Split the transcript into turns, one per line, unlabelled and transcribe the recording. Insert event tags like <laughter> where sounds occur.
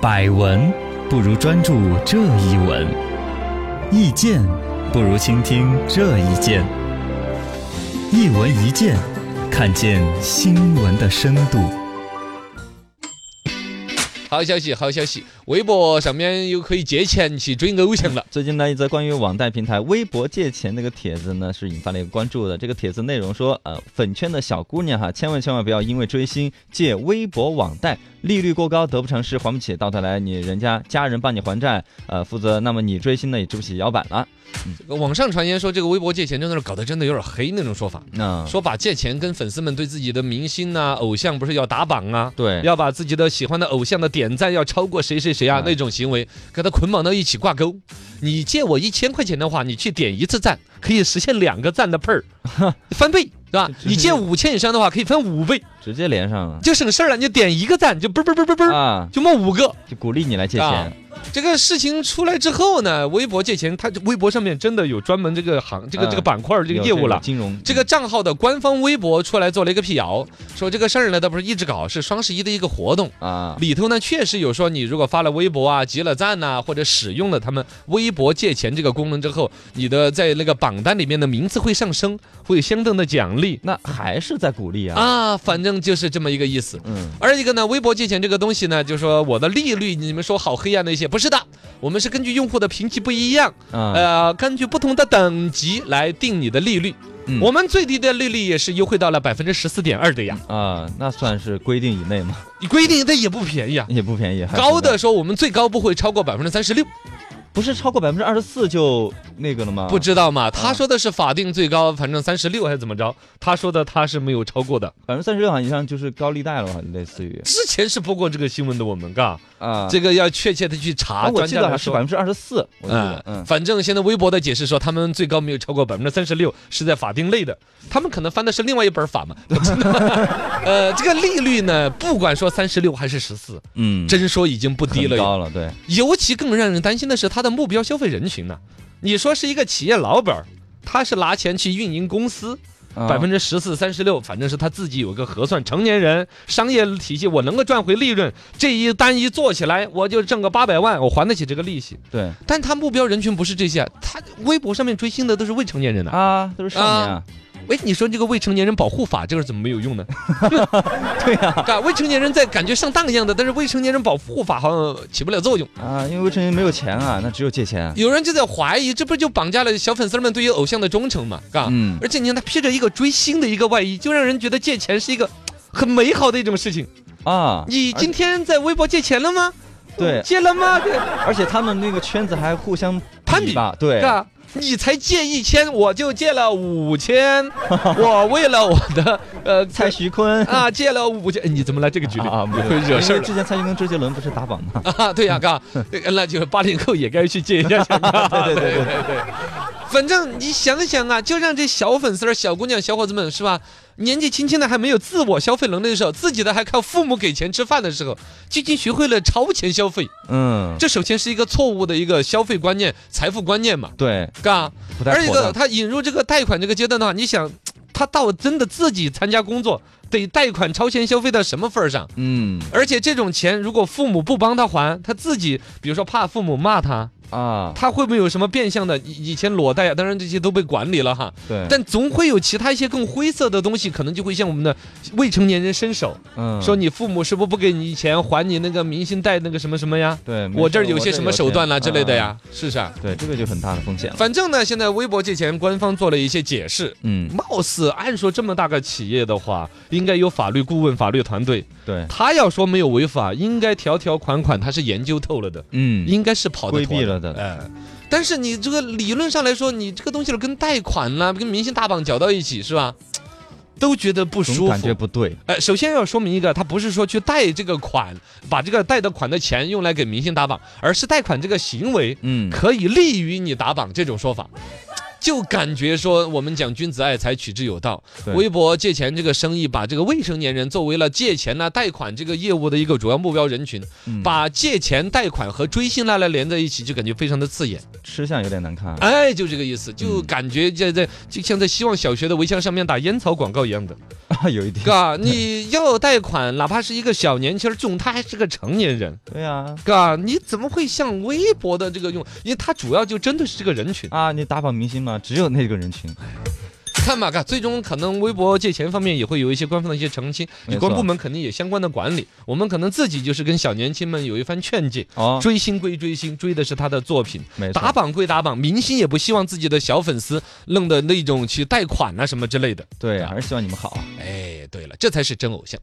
百闻不如专注这一闻，意见不如倾听这一见。一闻一见，看见新闻的深度。
好消息，好消息！微博上面又可以借钱去追偶像了。
最近呢，一则关于网贷平台微博借钱那个帖子呢，是引发了一个关注的。这个帖子内容说，呃，粉圈的小姑娘哈，千万千万不要因为追星借微博网贷，利率过高，得不偿失，还不起，到头来你人家家人帮你还债，呃，负责，那么你追星呢也追不起摇板了。
这
嗯
个网上传言说，这个微博借钱真的是搞得真的有点黑那种说法，
那、
说把借钱跟粉丝们对自己的明星啊、偶像不是要打榜啊，
对，
要把自己的喜欢的偶像的点赞要超过谁谁谁啊
嗯嗯
那种行为，给它捆绑到一起挂钩。你借我一千块钱的话，你去点一次赞，可以实现两个赞的
<laughs>
倍儿，翻倍。对吧？
这
你借五千以上的话，可以翻五倍，
直接连上了
就省事儿了。你就点一个赞，你就嘣嘣嘣嘣嘣，
啊，
就冒五个。
就鼓励你来借
啊
钱，
这个事情出来之后呢，微博借钱，它微博上面真的有专门这个行、这个
嗯
这个板块儿、这个
有
业务
种
了。
金融
这个账号的官方微博出来做了一个辟谣，说这个事儿呢，它不是一直搞，是双十一的一个活动。
啊，
里头呢，确实有说你如果发了微博啊、集了赞呐、或者使用了他们微博借钱这个功能之后，你的在那个榜单里面的名次会上升，会有相应的奖励
那还是在鼓励啊，
啊，反正就是这么一个意思。
嗯，
而一个呢，微博借钱这个东西呢，就说我的利率，你们说好黑啊那些，不是的，我们是根据用户的评级不一样，
啊，
呃，根据不同的等级来定你的利率。
嗯
我们最低的利率也是优惠到了百分之十四点二的呀，
啊，那算是规定以内嘛，
你规定的也不便宜啊。
<laughs> 也不便宜，还是
高的说我们最高不会超过百分之三十六，
不是超过百分之二十四就那个了吗？
不知道
啊
嘛？他说的是法定最高，反正三十六还是怎么着？他说的他是没有超过的。
百分之三十六好像以上就是高利贷了吧，类似于
之前是播过这个新闻的，我们嘎，
啊，
这个要确切的去
啊
查。
我
专
记
家
得
来
还是
说
百分之二十四，我记
嗯
得，，嗯，
反正现在微博的解释说，他们最高没有超过百分之三十六，是在法定内的。他们可能翻的是另外一本法
<laughs>
嘛，不知道呃，这个利率呢，不管说三十六还是十四，
嗯，
真说已经不低了。
很高了，对，
尤其更让人担心的是，它的目标消费人群呢、你说是一个企业老板儿，他是拿钱去运营公司，
啊
百分之十四、三十六，反正是他自己有个核算。成年人商业体系，我能够赚回利润，这一单一做起来，我就挣个八百万，我还得起这个利息。
之对
但他目标人群不是这些，他微博上面追星的都是未成年人呐、
啊，都是少年啊，
喂，你说这个未成年人保护法这个怎么没有用呢？
<laughs> 对呀，
啊，未成年人在感觉上当一样的，但是未成年人保护法好像起不了作用。
啊，因为未成年没有钱啊，那只有借钱，
有人就在怀疑，这不就绑架了小粉丝们对于偶像的忠诚嘛？啊，
嗯
而且你看他披着一个追星的一个外衣，就让人觉得借钱是一个很美好的一种事情。
啊，
你今天在微博借钱了吗？
对
借了吗？对
而且他们那个圈子还互相
攀比
吧，对
是，吧？你才借一千，我就借了五千，
<laughs>
我为了我的呃
蔡徐
<laughs>
坤
啊，借了五千，你怎么来这个局里？
啊，
你
不
会
是
<laughs> 惹事
因
儿
为之前蔡徐坤、周杰伦不是打榜
<laughs>
吗？
了啊？对呀、嘎，那就是八零后也该去借一下钱啊。
对对对
对对，反正你想想啊，就让这小粉丝儿、小姑娘、小伙子们是吧？年纪轻轻的还没有自我消费能力的时候，自己的还靠父母给钱吃饭的时候，就已经学会了超前消费。
嗯，
这首先是一个错误的一个消费观念、财富观念嘛，
对，
嘎。
不
而
太
一
妥
个
当。
他引入这个贷款这个阶段的话，你想，他到真的自己参加工作，得贷款超前消费到什么份儿上？
嗯
而且这种钱，如果父母不帮他还，他自己，比如说怕父母骂他，
啊，
他会不会有什么变相的？以以前裸贷啊，当然这些都被管理了哈，
对，
但总会有其他一些更灰色的东西，可能就会向我们的未成年人伸手，
嗯
说你父母是不是不给你钱，还你那个明星贷那个什么什么呀？
对，没
我这儿
事
有些什么手段啦
有
之
钱
类的呀，是不是啊？
啊对，这个就很大的风险了。
反正呢，现在微博借钱，官方做了一些解释。
嗯，
貌似按说这么大个企业的话，应该有法律顾问、法律团队。
对，
他要说没有违法，应该条条款款他是研究透了的，
嗯，
应该是跑得
规
脱
避。了的，
哎，但是你这个理论上来说，你这个东西跟贷款啦、跟明星大绑搅到一起是吧？都觉得不
总
舒
感觉
服。
不对。
哎，首先要说明一个，他不是说去贷这个款，把这个贷的款的钱用来给明星打榜，而是贷款这个行为
嗯，
可以利于你打榜这种说法。就感觉说，我们讲君子爱财，取之有道。
对
微博借钱这个生意，把这个未成年人作为了借钱呐、贷款这个业务的一个主要目标人群，
嗯
把借钱、贷款和追星拉来连在一起，就感觉非常的刺眼。
吃相有点难看。
哎，就这个意思，就
嗯
感觉在在就像在希望小学的围墙上面打烟草广告一样的，
啊， <laughs> 有一点。
嘎，你要贷款，哪怕是一个小年轻儿用，他还是个成年人，
对啊，
嘎，你怎么会像微博的这个用？因为它主要就针对是这个人群。
啊，你打榜明星嘛，只有那个人群。
看吧，看，最终可能微博借钱方面也会有一些官方的一些澄清，
没错
有关部门肯定也相关的管理。我们可能自己就是跟小年轻们有一番劝诫，
哦，
追星归追星，追的是他的作品，
没错
打榜归打榜，明星也不希望自己的小粉丝弄的那种去贷款啊什么之类的。
对，还是希望你们好。
哎，对了，这才是真偶像。